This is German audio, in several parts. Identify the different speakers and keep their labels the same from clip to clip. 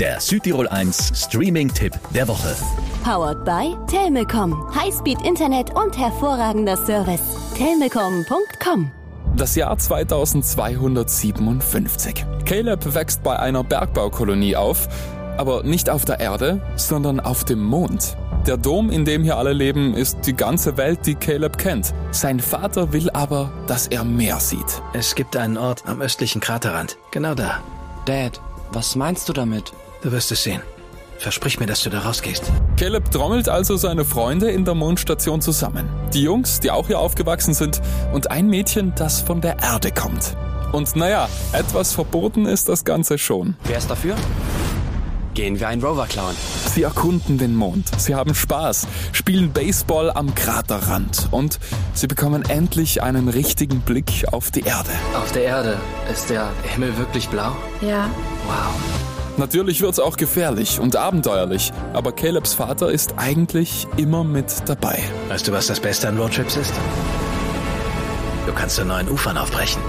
Speaker 1: Der Südtirol 1 Streaming-Tipp der Woche.
Speaker 2: Powered by Telmecom. Highspeed Internet und hervorragender Service. Telmecom.com.
Speaker 3: Das Jahr 2257. Caleb wächst bei einer Bergbaukolonie auf, aber nicht auf der Erde, sondern auf dem Mond. Der Dom, in dem hier alle leben, ist die ganze Welt, die Caleb kennt. Sein Vater will aber, dass er mehr sieht.
Speaker 4: Es gibt einen Ort am östlichen Kraterrand. Genau da.
Speaker 5: Dad, was meinst du damit?
Speaker 4: Du wirst es sehen. Versprich mir, dass du da rausgehst.
Speaker 3: Caleb trommelt also seine Freunde in der Mondstation zusammen. Die Jungs, die auch hier aufgewachsen sind, und ein Mädchen, das von der Erde kommt. Und naja, etwas verboten ist das Ganze schon.
Speaker 5: Wer ist dafür? Gehen wir einen Rover klauen.
Speaker 3: Sie erkunden den Mond, sie haben Spaß, spielen Baseball am Kraterrand und sie bekommen endlich einen richtigen Blick auf die Erde.
Speaker 5: Auf der Erde ist der Himmel wirklich blau?
Speaker 6: Ja.
Speaker 5: Wow.
Speaker 3: Natürlich wird's auch gefährlich und abenteuerlich, aber Calebs Vater ist eigentlich immer mit dabei.
Speaker 4: Weißt du, was das Beste an Roadtrips ist? Du kannst an neuen Ufern aufbrechen.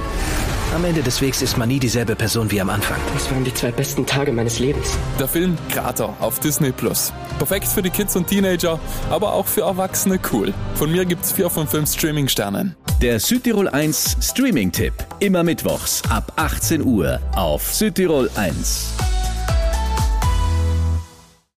Speaker 4: Am Ende des Wegs ist man nie dieselbe Person wie am Anfang.
Speaker 7: Das waren die zwei besten Tage meines Lebens.
Speaker 3: Der Film Krater auf Disney Plus. Perfekt für die Kids und Teenager, aber auch für Erwachsene cool. Von mir gibt's vier von fünf Streaming-Sternen.
Speaker 1: Der Südtirol 1 Streaming-Tipp. Immer mittwochs ab 18 Uhr auf Südtirol 1.